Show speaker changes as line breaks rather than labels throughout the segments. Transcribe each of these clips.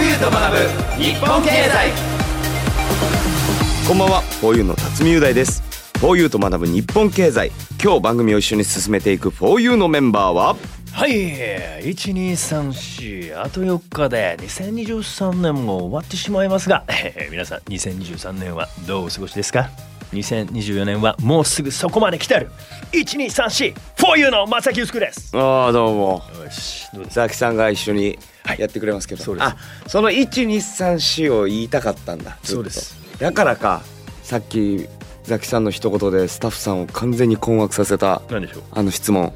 ゆうと学ぶ日本経済
こんばんはフォーユーの辰巳雄大ですフォーユーと学ぶ日本経済今日番組を一緒に進めていくフォーユーのメンバーは
はい1234あと4日で2023年も終わってしまいますが 皆さん2023年はどうお過ごしですか2024年はもうすぐそこまで来てる1234 for you の正木祐介です
ああどうも
よしどうで
佐
す
々木さんが一緒に
はい
やってくれますけど、
そうです
あその1234を言いたかったんだずっと
そうです
だからかさっきザキさんの一言でスタッフさんを完全に困惑させた
何でしょう
あの質問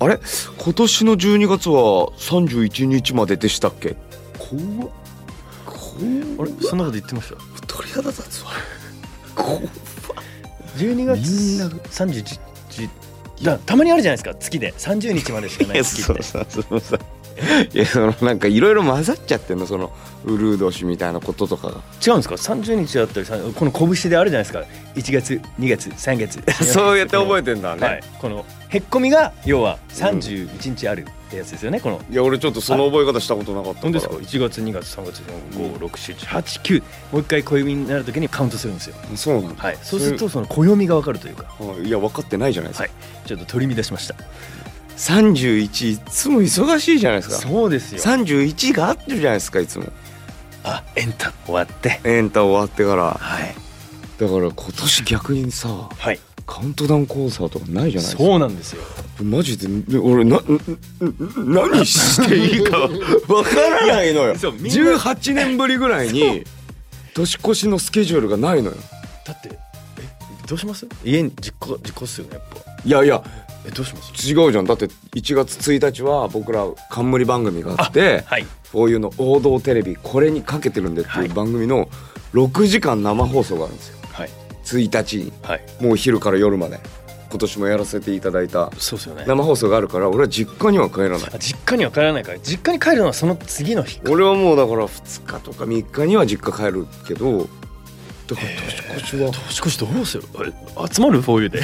あれ今年の12月は31日まででしたっけ
怖っ
こ
あれそんなこと言ってました
鳥肌立つわこ
12月
みんな
31日だたまにあるじゃないですか月で30日までしか
い
ない
や
月
そ
っ
う
て
そうそうそういやそのなんかいろいろ混ざっちゃってんのそのウルード氏みたいなこととかが
違うんですか30日だったりさこの拳であるじゃないですか1月2月3月
そうやって覚えてんだね、
はい、このへっこみが要は31日あるってやつですよね、この
いや俺ちょっとその覚え方したことなかったから
本当ですか1月2月3月4 5 6 7 8 9もう一回暦になるときにカウントするんですよ
そうなんだ、
はいそうするとその暦がわかるというか
はい、いや分かってないじゃないですか、
はいちょっと取り乱しました
31いつも忙しいじゃないですか
そうですよ
31が合ってるじゃないですかいつも
あエンタ終わって
エンタ終わってから
はい
だから今年逆にさ
はい
カウントダウンコンサートがないじゃないですか
そうなんですよ
マジでで俺ななな何していいか わからないのよ
そうみんな
18年ぶりぐらいに年越しのスケジュールがないのよ
だってえどうします家に実家実家っすよねやっぱ
いやいや
えどうします
違うじゃんだって1月1日は僕ら冠番組があって
はい
こういうの王道テレビこれにかけてるんでって
はいいう
番組の6時間生放送があるんですよ
はい
1日に
はい
もう昼から夜まで今年もやらせていただいた
そうですよね
生放送があるから俺は実家には帰らない
あ実家には帰らないから実家に帰るのはその次の日か
俺はもうだから2日とか3日には実家帰るけどだから年越しは
年越しどうするあれ集まるフォーユー で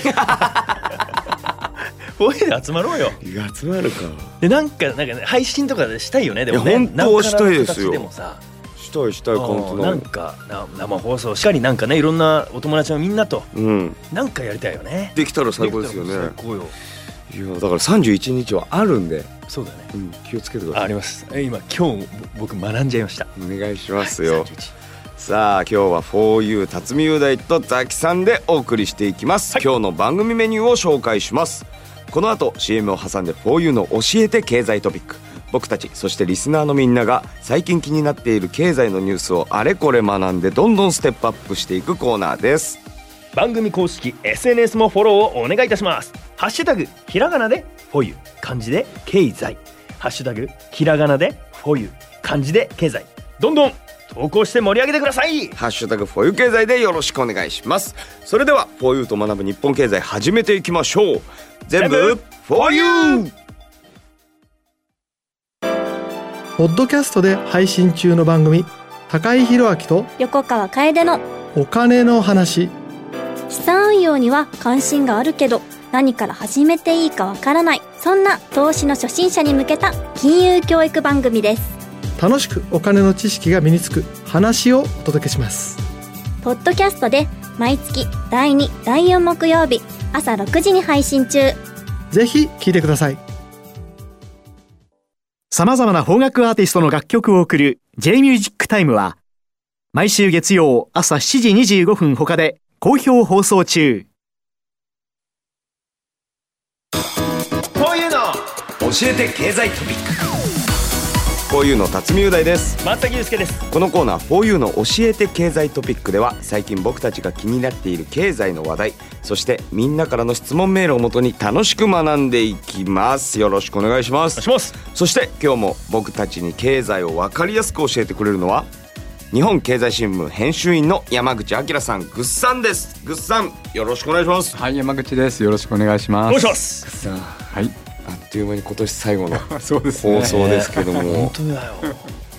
フォーユーで集まろうよ
いや集まるか
でなんかなんか、ね、配信とかでしたいよねでも
い
ね
や本当はしたいですよ
なんかの形でもさ
したいしたいカウントダ
な
ウ
ん
ン
かな生放送しかりなんかねいろんなお友達のみんなと
うん
なんかやりたいよね
できたら最高ですよね
できたら最高よ
いやだから31日はあるんで、
そうだよね
うん、気をつけてくだ
あ
さ
あ
い
りますえ今今日僕学んじゃいました
お願いしますよ、
31
さあ今日は 4U 辰巳雄大とザキさんでお送りしていきます、
はい
今日の番組メニューを紹介しますこの後 CM を挟んで 4U の教えて経済トピック僕たちそしてリスナーのみんなが最近気になっている経済のニュースをあれこれ学んでどんどんステップアップしていくコーナーです
番組公式 SNS もフォローをお願いいたしますハッシュタグひらがなでフォユ漢字で経済ハッシュタグひらがなでフォユ漢字で経済どんどん投稿して盛り上げてください
ハッシュタグ 4U 経済でよろしくお願いしますそれでは 4U と学ぶ日本経済始めていきましょう全部 4U!
ポッドキャストで配信中の番組高井博明と
横川楓の
お金の話
資産運用には関心があるけど何から始めていいかわからないそんな投資の初心者に向けた金融教育番組です
楽しくお金の知識が身につく話をお届けします
ポッドキャストで毎月第2第4木曜日朝6時に配信中
ぜひ聞いてください
様々な邦楽アーティストの楽曲を送る j ミュージックタイムは毎週月曜朝7時25分他で好評放送中。
フォユの
教えて経済トピックこういうの辰巳雄大です
松崎祐介です
このコーナー 4U の教えて経済トピックでは最近僕たちが気になっている経済の話題そしてみんなからの質問メールをもとに楽しく学んでいきますよろしくお願いしま
お願い
す
します
そして今日も僕たちに経済を分かりやすく教えてくれるのは日本経済新聞編集員の山口明さんぐっさんですぐっさんよろしくお願いします
はい山口ですよろしくお願いし
お
ま
願い
す
します
さあ
はい
あっという間に今年最後の
そうです
放
ね
送ですけども
本当だよ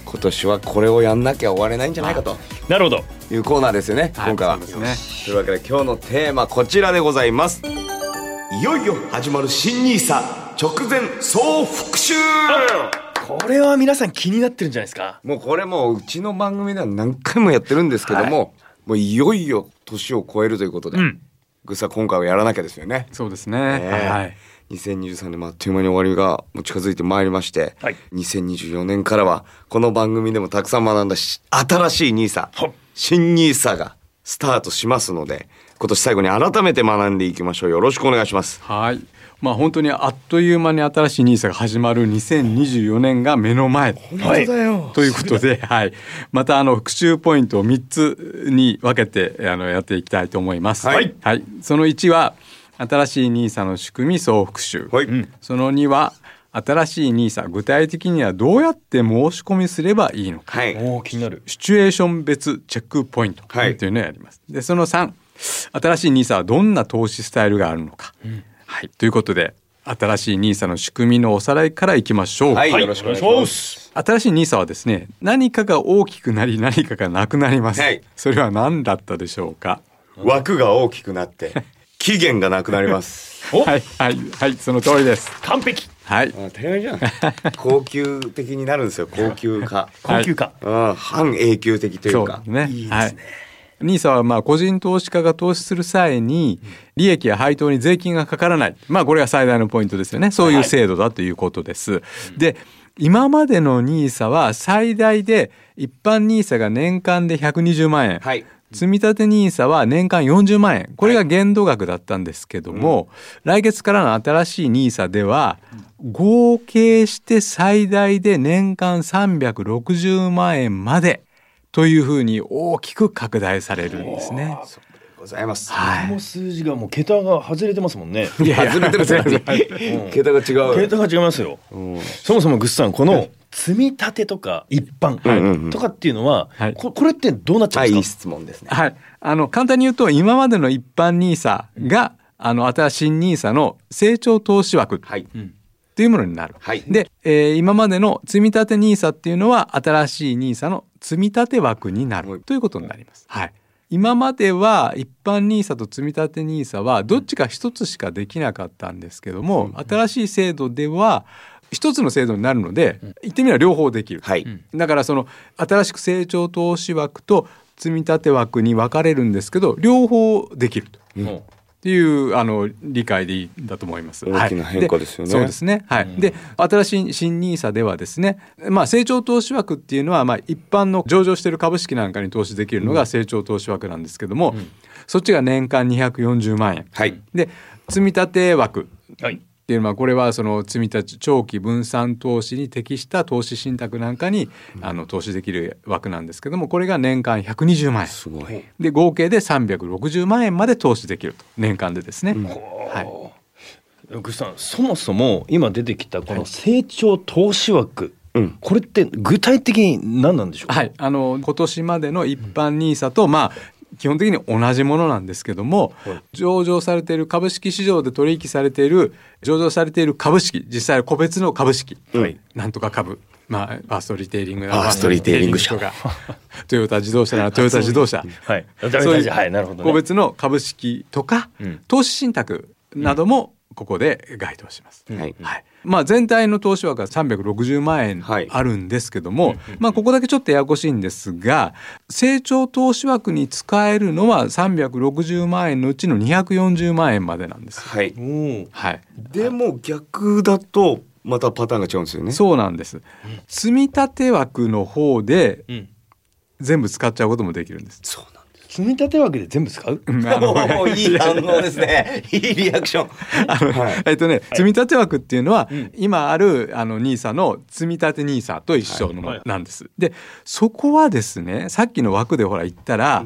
今年はこれをやんなきゃ終われないんじゃないかと
なるほど
いうコーナーですよね、今回は。
そうですね
というわけで今日のテーマこちらでございますいよいよ始まる新ニーサ直前総復習
これは皆さん気になってるんじゃないですか
もうこれもううちの番組では何回もやってるんですけども、もういよいよ年を超えるということで、ぐさ今回はやらなきゃですよね。
そうですね。
え
はい。
2023年もあっという間に終わりがもう近づいてまいりまして、
はい
2024年からはこの番組でもたくさん学んだし新しいニーサ
ほっ
新ニーサがスタートしますので今年最後に改めて学んでいきましょうよろしくお願いします
はい。まあ本当にあっという間に新しいニーサが始まる2024年が目の前。
本当だ
よ。ということで、はい。またあの復習ポイントを3つに分けてあのやっていきたいと思います。
はい。
はい。その1は新しいニーサの仕組み総復習。
はい
うんその2は新しいニーサ具体的にはどうやって申し込みすればいいのか。
はい
おお気になる
シチュエーション別チェックポイントと
はい
いうのをやります。でその3新しい NISA はどんな投資スタイルがあるのか。はい、ということで新しい NISA の仕組みのおさらいからいきましょう。
はいよろし
お
くお
願
願
い
い
し
し
ま
ます
す
新しい NISA はですね何かが大きくなり何かがなくなります。
はい
それは何だったでしょうか。
枠が大きくなって期限がなくなります
お
はいはいはいその通りです。
完璧
はい
当たり前じゃ ん高級的になるんですよ高級化
高級化
うん半永久的というか
そうですね。はい。ニーサはまあ個人投資家が投資する際に利益や配当に税金がかからない。まあこれが最大のポイントですよね。そういう制度だということです。で、今までのニーサは最大で一般ニーサが年間で120万円。
はい
積み立て NISA は年間40万円これが限度額だったんですけども、来月からの新しい NISA では合計して最大で年間360万円までというふうに大きく拡大されるんですね。
ございます
は
こ
い
の数字がもう桁が外れてますもんね
外れてる全 然桁が違う
桁が違いますよ、そもそもグッズさんこの積み立てとか一般、とかっていうのは、
はい
ここれってどうなっちゃ
は
う
い
ん
い
で
い
すか、
質問ですね
はい、あの簡単に言うと今までの一般 NISA があの新しい NISA の成長投資枠
はい
というものになる。
はい
で、えー今までの積み立て NISA っていうのは新しい NISA の積み立て枠にな
はい
るということになります。はい。今までは一般 NISA と積み立て NISA はどっちか一つしかできなかったんですけども、新しい制度では一つの制度になるので、言ってみれば両方できる。
はい
だからその新しく成長投資枠と積み立て枠に分かれるんですけど、両方できると。
うん
っていうあの理解でいいんだと思います。
大きな変化ですよね
はいそうですね。はい。で新しい新ニーサではですね、まあ成長投資枠っていうのはまあ一般の上場している株式なんかに投資できるのが成長投資枠なんですけども、そっちが年間240万円。
はい
で積み立て枠。
はい
っていうのはこれはその積み立ち長期分散投資に適した投資信託なんかにあの投資できる枠なんですけどもこれが年間120万円
すごい
で合計で360万円まで投資できると年間でですね、はい、
グッズさんそもそも今出てきたこの成長投資枠、
うん
これって具体的に何なんでしょうか、
はい、あの今年までの一般ニーサとまあ基本的に同じものなんですけども、上場されている株式市場で取引されている上場されている株式実際個別の株式、
はい
なんとか株まあファーストリテイリングだ
ファーストリテイリング社
ファーストリテイリングとかトヨタ自動車な らトヨタ自動車
はい
そういう
はいなるほどね
個別の株式とか、
うん
投資信託などもここで該当します。
はい
はいまあ、全体の投資枠は360万円
はい
あるんですけども、まあ、ここだけちょっとややこしいんですが成長投資枠に使えるのは360万円のうちの240万円までなんです。
はい
うん
はい、
でも逆だとまたパターンが違うんですよね
そうなんです積み立て枠の方で
うん
全部使っちゃうこともできるんです。
そうなんです
積み立て枠で全部使う、
うんあの
おーいい反応ですねいいリアクションはい
えっとね、積み立て枠っていうのは、今あるあの NISA の積み立て NISA と一緒のものなんです。でそこはですねさっきの枠でほら言ったら、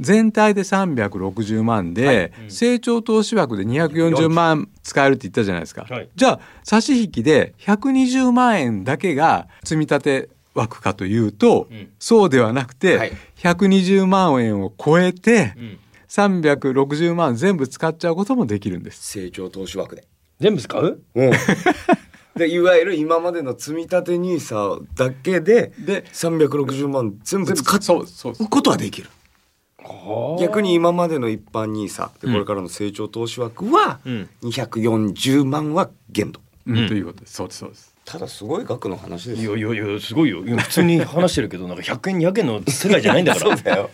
全体で360万で、成長投資枠で240万使えるって言ったじゃないですか、
はい
じゃあ差し引きで120万円だけが積み立て枠かというと、
ん
そうではなくて、
はい
120万円を超えて、
ん
360万全部使っちゃうこともできるんです。
成長投資枠で
全部使う
うん でいわゆる今までの積み立て NISA だけで
で
360万全部使っ
そうそう
うことはできる
は
逆に今までの一般 NISA でこれからの成長投資枠は
うん
240万は限度
うんということです。そうですそうです。
ただすごい額の話です
い
よ
やいやいやすごいよいや普通に話してるけどなんか100円200円の世界じゃないんだ から
そうだよ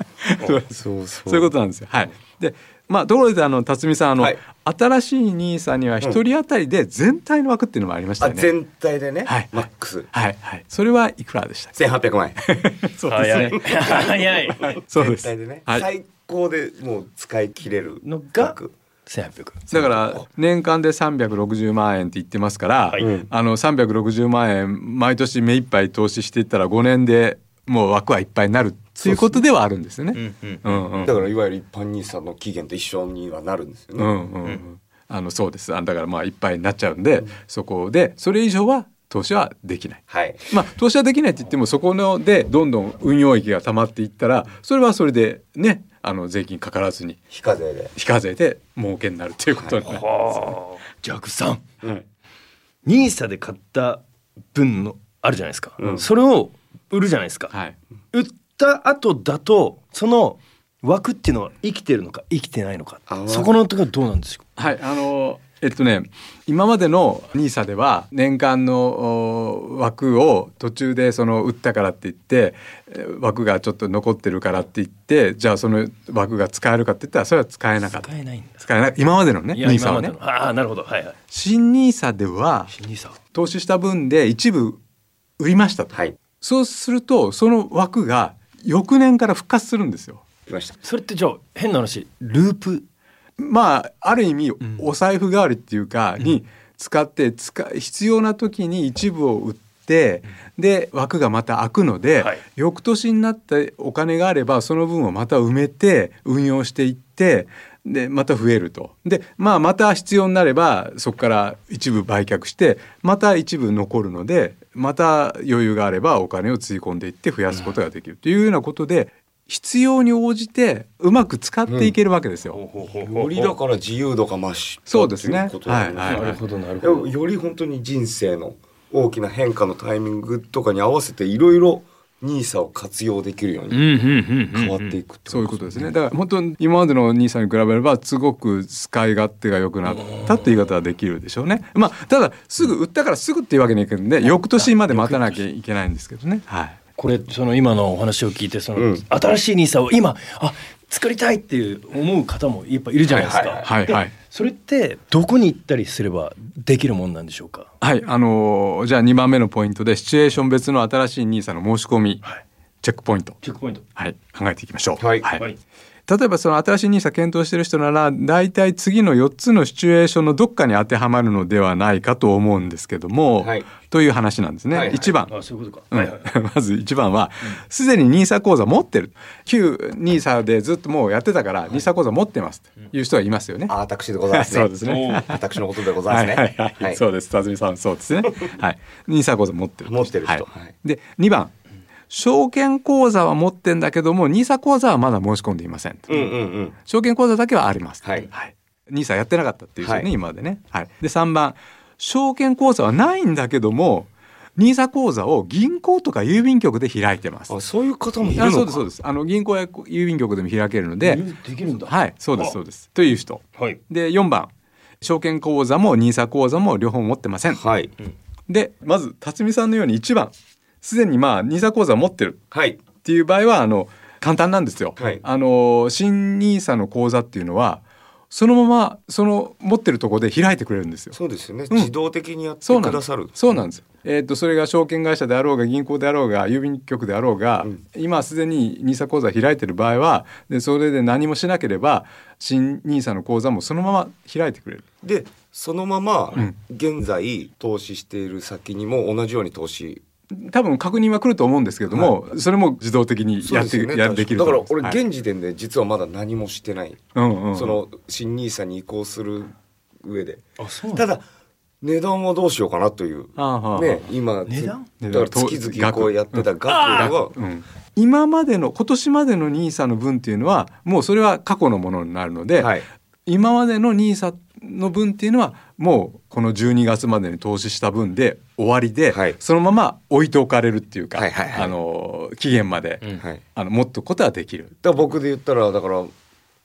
そう
そ
そう
いうことなんですよ。はい。で、まあところであの辰巳さんあの、
はい
新しい兄さんには一人当たりで全体の枠っていうのもありました
あ
よね。
全体でね、
はい
マックス
はいはい。それはいくらでしたっ
1800万円
け？ そう
早い早い
そうです。
全体でね、
はい。
最高でもう使い切れる
のが
額
1800
だから年間で360万円って言ってますから、
はい
あの360万円毎年目いっぱい投資していったら5年でもう枠はいっぱいになるっていうことではあるんですよね。うんうん
だからいわゆる一般ニーサの期限と一緒にはなるんですよね、
うんうんうんあのそうですあだからまあいっぱいになっちゃうんで、そこでそれ以上は投資はできない。
はい
まあ投資はできないって言ってもそこのでどんどん運用益が溜まっていったらそれはそれでねあの税金かからずに
非課税で
非課税で儲けになるっていうことになる。
はあ逆算
うん
ニーサで買った分のあるじゃないですか、
うん
それを売るじゃないですか、
はい
売った後だとその枠っていうのは生きてるのか生きてないのか
あ
そこのところどうなんですよ
はい、あのえっとね今までの NISA では年間のお枠を途中でその売ったからって言ってえー枠がちょっと残ってるからって言ってじゃあその枠が使えるかって言ったらそれは使えなかった
使えないんだ
使えない今までのね
いや
NISA
今
は
まで
ね
の、ああなるほどはいはい
新 NISA では
新ニーサ
投資した分で一部売りましたと、
はい
そうするとその枠が翌年から復活するんですよ。
来ました
それってじゃあ変な話ループ
まあある意味お財布代わりっていうかに使って使必要な時に一部を売ってで枠がまた開くので、
はい
翌年になってお金があればその分をまた埋めて運用していってでまた増えるとで、まあ、また必要になればそこから一部売却してまた一部残るのでまた余裕があればお金をつぎ込んでいって増やすことができるというようなことで必要に応じてうまく使っていけるわけですよ。
よりだから自由度が増した
そうですね
ということなん
はいはいなる
ほどなる
でもより本当に人生の大きな変化のタイミングとかに合わせていろいろニーサを活用できるように変わっていくって
そういうことですね。だから本当に今までの兄さんに比べればすごく使い勝手が良くなったって言い方はできるでしょうね。まあただすぐ売ったからすぐっていうわけにはいくんで翌年まで待たなきゃいけないんですけどね。はい。
これその今のお話を聞いてその、
うん
新しいニーサを今あ作りたいっていう思う方もやっぱいるじゃないです
はい
か、
はい
はいはい
でそれってどこに行ったりすればできるもんなんでしょうか
はい、あのーじゃあ2番目のポイントでシチュエーション別の新しい兄さんの申し込み、
はい
チェックポイント、
チェックポイント
はい、考えていきましょう。
はい
はい
例えばその新しい NISA 検討してる人なら大体次の4つのシチュエーションのどっかに当てはまるのではないかと思うんですけども、
はい
という話なんですね。
はいはい
1番
あそういうことか、
うん
はいはい
まず一番はすでに NISA 口座持ってる旧 NISA でずっともうやってたから NISA 口座持ってますという人はいますよね。
あ私でございますね
そうですね
私のことでございま
は
すね
いはいはい、そうです辰巳さんそう ですねはいニーサ口座持ってる
持ってる人
はい
はい
で2番証券口座は持ってんだけどもニーサ口座はまだ申し込んでいませんと、
うんうんうん
証券口座だけはあります、
はい
ニーサやってなかったっていう人ね、
はい
今までね、はい、で3番証券口座はないんだけどもニーサ口座を銀行とか郵便局で開いてます
あそういう方もいる
あ
の
そうです
か
そうですあの銀行や郵便局でも開けるので
できるんだ
はいそうです
あ
そうですという人
はい
で4番証券口座も NISA 口座も両方持ってません
はい
でまず辰巳さんのように1番すでにまあ NISA 口座持ってる
はい
っていう場合はあの簡単なんですよ、
はい
あの新 NISA の口座っていうのはそのままその持ってるとこで開いてくれるんですよ
そうですよね
ん
自動的にやって
そう
く
なんで
だ
す
さる
そうなんですよえー、とそれが証券会社であろうが銀行であろうが郵便局であろうが、
うん
今すでに NISA 口座開いてる場合はでそれで何もしなければ新 NISA の口座もそのまま開いてくれる
でそのまま
うん
現在投資している先にも同じように投資
多分確認は来ると思うんですけども、それも自動的に
そう
やっ
です
て
よ
で,、
ね
やできると
だから
思い
俺
ます
現時点で実はまだ何もしてない
はいうんうんうん
その新ニーサに移行する上で
あそうなんだ
ただ値段はどうしようかなという
ああはあ
ね今
値段
だから月々こうやってた額は
うん今までの今年までの NISA の分っていうのはもうそれは過去のものになるので、
はい
今までの NISA の分っていうのはもうこの12月までに投資した分で終わりで、
はい
そのまま置いておかれるっていうか、
はいはいはい
あの期限まで、
はいだか
あの持っとくことはできる。
ら僕で言ったらだから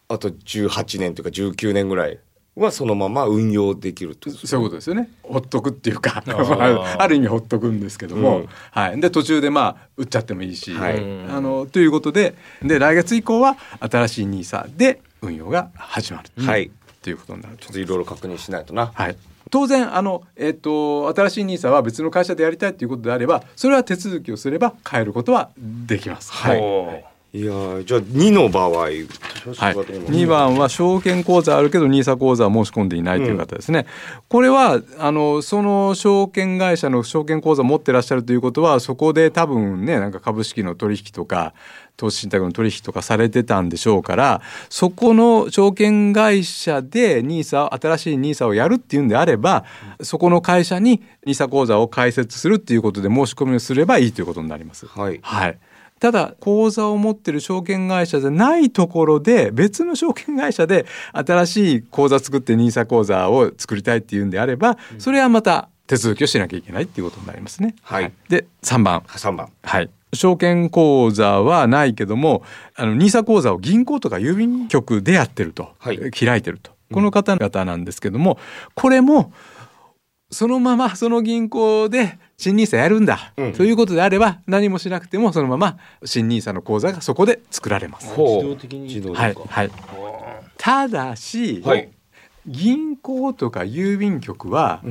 あと18年というか19年ぐらいはそのまま運用できるってことです
そういうことですよね。ほっとくっていうか、
あ
ま
ー
あ、ある意味ほっとくんですけども、
うん
はい。で途中でまあ売っちゃってもいいし、
はい
あのということで、で来月以降は新しいニーサで運用が始まる。
はい
ということになると
ちょっといろいろ確認しないとな、
はい。当然あの、えっと新しいニーサは別の会社でやりたいということであればそれは手続きをすれば変えることはできます。はい
お
い、やーじゃあ2の場合
はい、2番は証券口座あるけど NISA 口座は申し込んでいないという方ですね、これはあのその証券会社の証券口座持ってらっしゃるということはそこで多分ねなんか株式の取引とか投資信託の取引とかされてたんでしょうからそこの証券会社で NISA 新しい NISA をやるっていうんであればそこの会社に NISA 口座を開設するっていうことで申し込みをすればいいということになります。
はい
はい。ただ口座を持ってる証券会社じゃないところで別の証券会社で新しい口座作って NISA 口座を作りたいっていうんであればそれはまた手続きをしなきゃいけないっていうことになりますね。
はい
で3番
3番
はい。証券口座はないけども、あの、NISA 口座を銀行とか郵便局でやってると。
はい
開いてると。この方々なんですけども、これも、そのままその銀行で新 NISA やるんだ、
うん
ということであれば、何もしなくてもそのまま新 NISA の口座がそこで作られます。
ほう
自動的に
自動
はい
で。
はい。ただし、
はい
銀行とか郵便局は、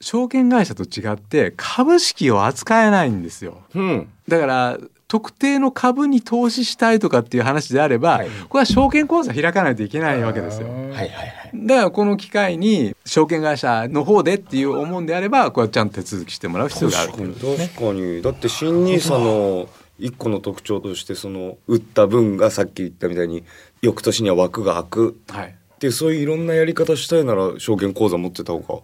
証券会社と違って株式を扱えないんですよ。
うん
だから特定の株に投資したいとかっていう話であれば、
はい
これは証券口座開かないといけないわけですよ。
はいはいはい
だからこの機会に証券会社の方でっていう思うんであればこれはちゃんと手続きしてもらう必要がある
確かに確かにだって新ニーサの一個の特徴としてその売った分がさっき言ったみたいに翌年には枠が開く
はい
っていうそういういろんなやり方したいなら証券口座持ってた方が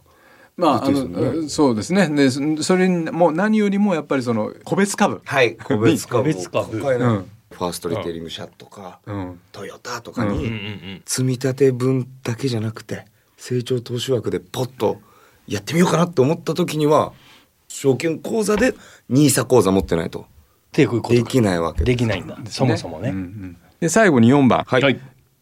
まあ、あ
そうですよね
のそうですねでそそれにもう何よりもやっぱりその個別株、
はい個別株を
個別株
抱えない
うん
ファーストリテイリング社とか、
うん、
トヨタとか
うんう
に
ん
積み立て分だけじゃなくて成長投資枠でポッとやってみようかなって思った時には証券口座でニーサ口座持ってないと
っていうこと
で
か
きないわけ
で
で
きないんだそもそもね
うんうんで最後に4番、
はい、
はい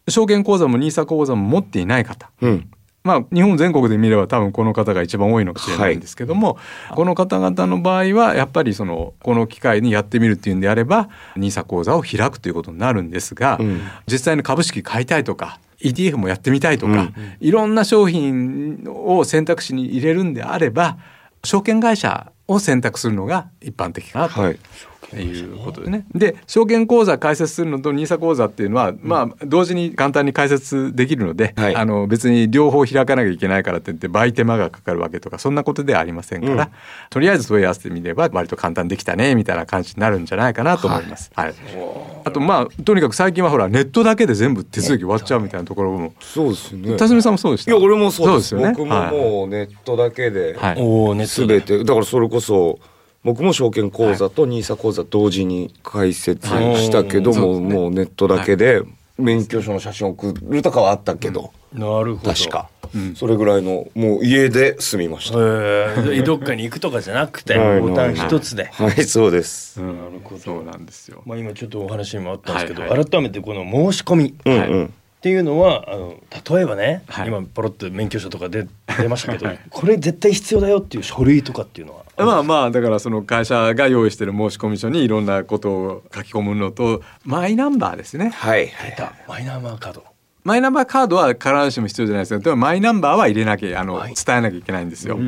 証券口座も NISA 口座も持っていない方
うん
まあ、日本全国で見れば多分この方が一番多いのかもしれないんですけども、この方々の場合はやっぱりそのこの機会にやってみるっていうんであれば NISA 口座を開くということになるんですが、
うん
実際に株式買いたいとか ETF もやってみたいとか、
うん
いろんな商品を選択肢に入れるんであれば証券会社を選択するのが一般的かなと
はい
いうことでね。で証券口座開設するのと NISA 口座っていうのは、まあ同時に簡単に開設できるので、
はい
あの別に両方開かなきゃいけないからって言って倍手間がかかるわけとかそんなことではありませんから、
うん
とりあえず問い合わせてみれば割と簡単できたねみたいな感じになるんじゃないかなと思います。はいあとまあとにかく最近はほらネットだけで全部手続き終わっちゃうみたいなところも
そうですね
辰巳さんもそうでし
い
た
や俺もそうです
よね
僕ももうネットだけで、
はいはい
おお熱
全てだからそれこそ僕も証券口座と NISA 口座同時に開設したけども、
はいそうですね
もうネットだけで免許証の写真を送るとかはあったけど、
なるほど
確か、それぐらいのもう家で住みました、
ええどっかに行くとかじゃなくて
はい
ボタン一つで
はいそうです、
うんそうなんですよ。
まあ今ちょっとお話にもあったんですけど
はいは
改めてこの申し込み
うん
はい
うん
っていうのはあの例えばね
はい
今ポロッと免許証とか 出出ましたけどこれ絶対必要だよっていう書類とかっていうのは
まあまあだからその会社が用意してる申し込み書にいろんなことを書き込むのとマイナンバーですね
はい
出たマイナンバーカード
マイナンバーカードは必ずしも必要じゃないですけどでもマイナンバーは入れなきゃあの、
はい
伝えなきゃいけないんですよ。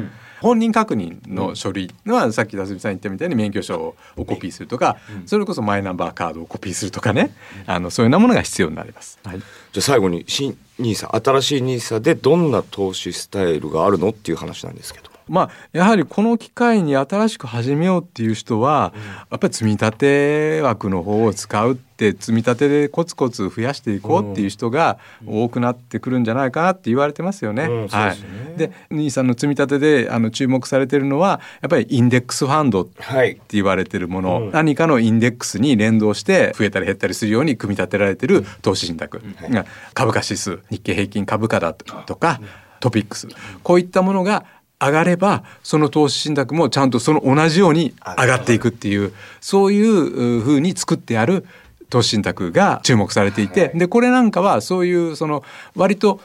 本人確認の書類は、さっき辰巳さん言ったみたいに免許証をコピーするとか、それこそマイナンバーカードをコピーするとかね、あのそういうようなものが必要になります。はい
じゃあ最後に新 NISA 新しい NISA でどんな投資スタイルがあるのっていう話なんですけど
まあ、やはりこの機会に新しく始めようっていう人は、やっぱり積み立て枠の方を使うって積み立てでコツコツ増やしていこうっていう人が多くなってくるんじゃないかなって言われてますよね。
うん
はい
そ。
で兄さんの積み立てであの注目されてるのはやっぱりインデックスファンドって
はい
言われてるもの、何かのインデックスに連動して増えたり減ったりするように組み立てられてる投資信託、が株価指数日経平均株価だとかトピックスこういったものが上がればその投資信託もちゃんとその同じように上がっていくっていうそういうふうに作ってある投資信託が注目されていて、でこれなんかはそういうその割と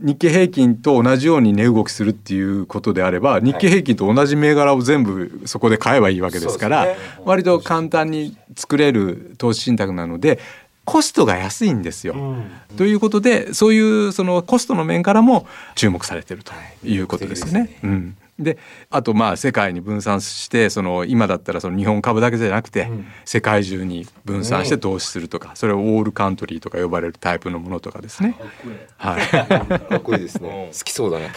日経平均と同じように値動きするっていうことであれば日経平均と同じ銘柄を全部そこで買えばいいわけですから
そうです
割と簡単に作れる投資信託なのでコストが安いんですよ。ということでそういうそのコストの面からも注目されてるということですね。うんであとまあ世界に分散してその今だったらその日本株だけじゃなくて世界中に分散して投資するとかそれをオールカントリーとか呼ばれるタイプのものとかですね。はい
かっこいいですね。好きそうだな。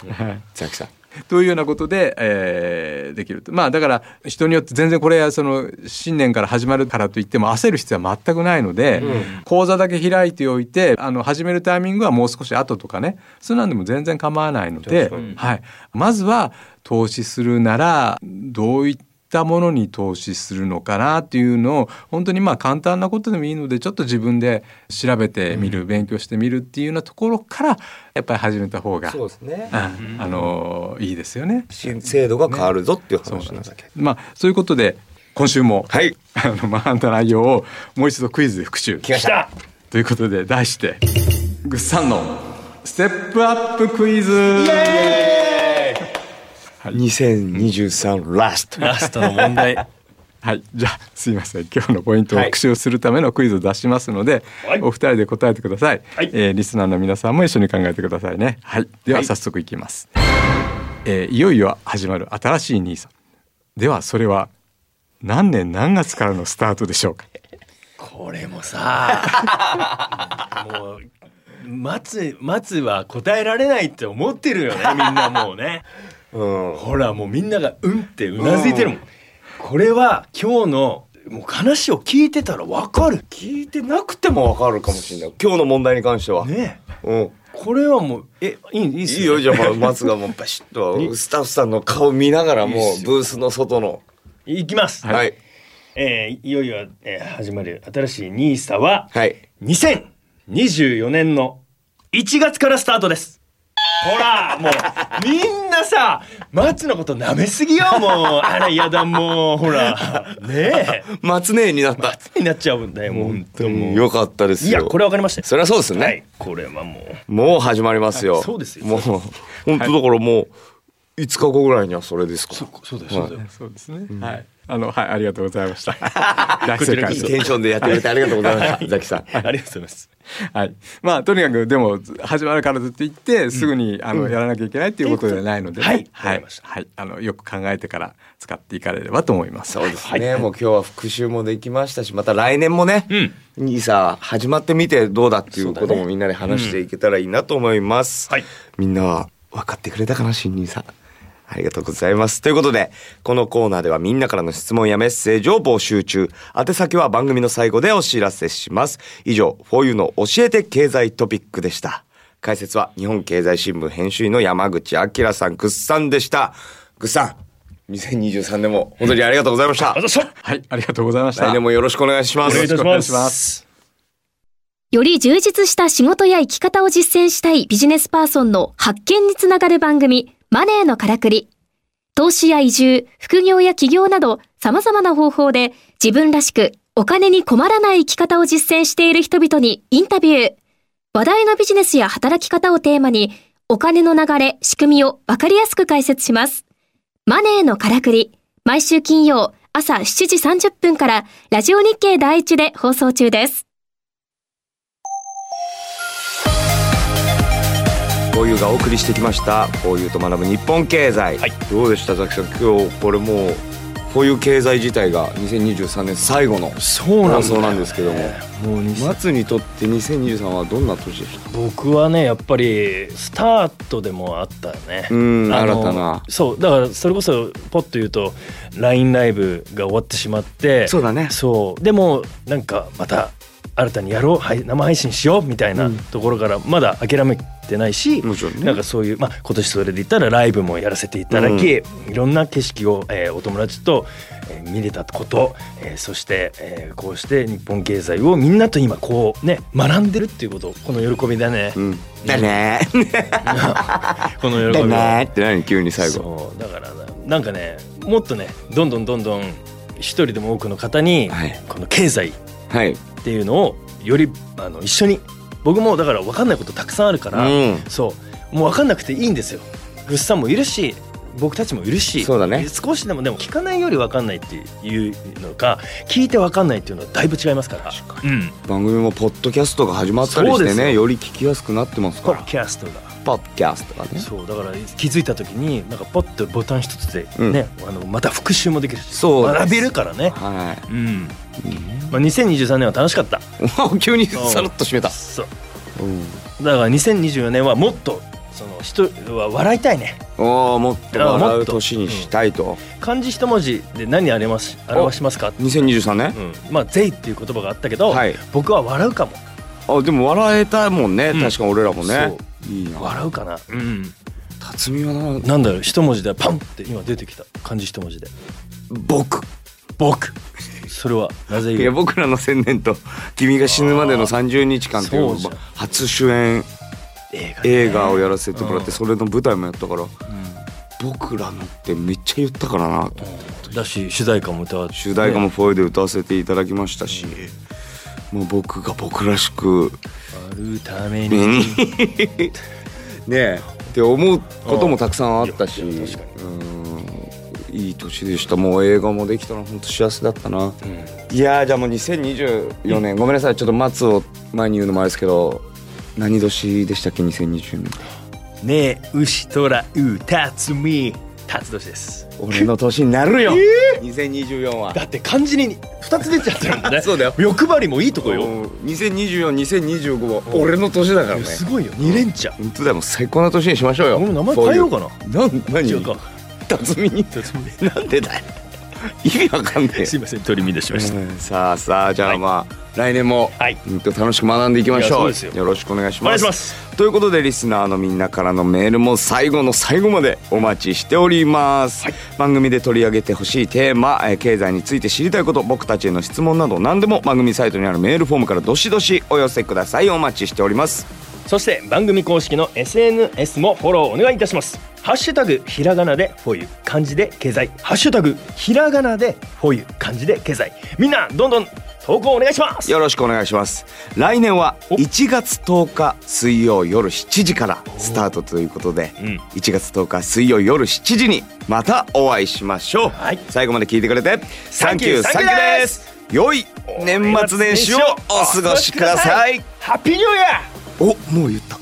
千秋さん。
というようなことで、えーできるとまあだから人によって全然これはその新年から始まるからといっても焦る必要は全くないので、口座だけ開いておいてあの始めるタイミングはもう少し後とかねそんなんでも全然構わないので、はい、まずは投資するならどういったものに投資するのかなっていうのを本当にまあ簡単なことでもいいのでちょっと自分で調べてみる、勉強してみるっていうようなところからやっぱり始めた方が
そうですね。
うんあのいいですよね。
新制度が変わるぞっていう話なんだけど。
まあそういうことで今週も、
はい。
あの学んだ内容をもう一度クイズで復習。
来ました。
ということで題してぐっさんのステップアップクイズ。
2023ラスト。
ラストの問題
はいじゃあすいません今日のポイントを復習するためのクイズを出しますので、お二人で答えてください、えーリスナーの皆さんも一緒に考えてくださいねはいでは早速いきます、えーいよいよ始まる新しいニーサではそれは何年何月からのスタートでしょうか
これもさもう待つ待つは答えられないって思ってる よねみんなもうね
うん。
ほらもうみんながうんってうなずいてるもん、これは今日のもう話を聞いてたらわかる
聞いてなくてもわかるかもしれない。今日の問題に関しては。
ね
うん。
これはもうえいいいいっ
い
す
いよじゃあまあ松がもうバシッとスタッフさんの顔見ながらもうブースの外の
いきます、
はいはい、
えーいよいよ、えー始まる新しいニーサは
はい、
2024年の1月からスタートです。ほら、もう、みんなさ、松のこと舐めす ぎよ、もう。あら、やだ、もう、ほら。ねえ。
松姉になった
になっちゃうんだよ、もう。本当もう。
よかったです
い
よ
や、これわかりましたよ。
そりゃそうですね、
はい、これはもう。
もう始まりますよ
あそうですよ
もう本当だからもう5日後ぐらいにはそれですか
そうだよ、そうだよ。
そうですね、はいあのはいありがとうございま した大
こちらこ
いい
そ
テンションでやってくれてありがとうございましたザキさん
ありがとうございます。
はい、まあとにかくでも始まるからずって言ってすぐに、あのやらなきゃいけないっていうことではないので、
はいわ
は
かり
い
まし、
はいあのよく考えてから使っていかれればと思います。
そうですね、もう今日は復習もできましたしまた来年もね、ニーサ始まってみてどうだっていうこともみんなで話していけたらいいなと思います、
はい
みんなは分かってくれたかな新ニーサありがとうございますということでこのコーナーではみんなからの質問やメッセージを募集中宛先は番組の最後でお知らせします以上「4U の教えて経済トピック」でした解説は日本経済新聞編集員の山口明さんぐっさんでしたぐっさん2023年も本当にありがとうございました
あざっしょ
はい、ありがとうございました。
来年もよろしくお願いしま
お
す。
願いいたし
お願い
ま。
します
より充実した仕事や生き方を実践したいビジネスパーソンの発見につながる番組、マネーのからくり。投資や移住、副業や起業など様々な方法で自分らしくお金に困らない生き方を実践している人々にインタビュー。話題のビジネスや働き方をテーマにお金の流れ、仕組みをわかりやすく解説します。マネーのからくり。毎週金曜朝7時30分からラジオ日経第一で放送中です。
こういうがお送りしてきました。こういうと学ぶ日本経済。
はい
どうでした、ザキさん。今日これもうこういう経済自体が2023年最後の
そう
放送なんですけども、
もう
松にとって2023はどんな年でした？
僕はねやっぱりスタートでもあったよね
うん
あ
新
の
たな
そうだからそれこそポッと言うと LINE ライブが終わってしまって
うだね
そうでもなんかまた新たにやろうはい生配信しようみたいなところからまだ諦めてないし、
もちろんね
なんかそういう、まあ、今年それで言ったらライブもやらせていただき、いろんな景色を、えーお友達と、えー見れたこと、えーそして、えーこうして日本経済をみんなと今こうね学んでるっていうことこの喜びだね、
うん。だねー。
この喜
だ
び
ね
は
ーって何急に最後。
そうだからななんかねもっとねどんどんどんどん一人でも多くの方に、
はい
この経済
はい。
っていうのをよりあの一緒に僕もだから分かんないことたくさんあるから、
うん
そうもう分かんなくていいんですよぐっさんもいるし僕たちもいるし
そうだね
少しでもでも聞かないより分かんないっていうのか聞いて分かんないっていうのはだいぶ違いますからうん
番組もポッドキャストが始まったり
そう
し
で
て
すよ
ねより聞きやすくなってますか
ポッ
ら
ドキャストが
ポッドキャストがね
そうだから気づいた時になんかポッとボタン一つで
うん
ね、あのまた復習もできるし
そうです
学べるからね
は
うん、まあ、2023年は楽しかった
い 急にさらっと締めた
そう
うん
だから2024年はもっとその人は笑いたいね
ああもっと
あー
笑
もっ
う
と
年にしたいと
漢字一文字で何あります表しますか、
2023年
うん、まあ「税」っていう言葉があったけど、
はい
僕は笑うかも
あでも笑えたもんね
うん
確か俺らもねいいな
笑うかなうん
辰巳はな
なんだろう一文字でパンって今出てきた漢字一文字で
僕
僕それはなぜ
い
言
や
う
僕らの千年と君が死ぬまでの30日間とい
そう
う
じゃん
初主演
映画ね
映画をやらせてもらっ
うん
てそれの舞台もやったから僕らのってめっちゃ言ったからなと
だし主題歌も歌う
主題歌も「フォーエで歌わせていただきましたしもう僕が僕らしく
あるた
目
め に
にねえって思うこともたくさんあったし
うんいや確か
うんいい年でしたもう映画もできたの本当幸せだったな、いやーじゃあもう2024年、ごめんなさいちょっと松を前に言うのもあれですけど何年でしたっけ2020年
ねえ牛虎うたつみたつ年です
俺の年になるよ、2024は
だって漢字に2つ出ちゃってるんだ ね
そうだよ
欲張りもいいとこよ、
うん20242025は俺の年だから
い
ね
やすごいよ二連チャン
本当だよもう最高な年にしましょうよ
俺も名前変えようかな
ななん何
違うか
辰巳になんでだよ意味わかん ねえよ
すいません取り乱しました、
うんさあさあじゃあまあ、来年も、
はい
うんと楽しく学んでいきまし
いやそ
ょ
う
う
ですよ
ろしくお願いし
お願
ま
い
す
します
ということでリスナーのみんなからのメールも最後の最後までお待ちしております、番組で取り上げてほしいテーマ、えー経済について知りたいこと僕たちへの質問など何でも番組サイトにあるメールフォームからどしどしお寄せくださいお待ちしております
そして番組公式の SNS もフォローお願いいたしますハッシュタグひらがなでフォユ漢字で経済ハッシュタグひらがなでフォユ漢字で経済みんなどんどん投稿お願いします
よろしくお願いします来年は
お
1月10日水曜夜7時からスタートということで、
うん
1月10日水曜夜7時にまたお会いしましょう、
はい
最後まで聞いてくれてサンキュー
サ
サ
ン
ン
キ
キ
ュ
ュ
ー
ー
で
ですす良い年末年始をお過ごしください
ハッピーニューイヤー
おもう言った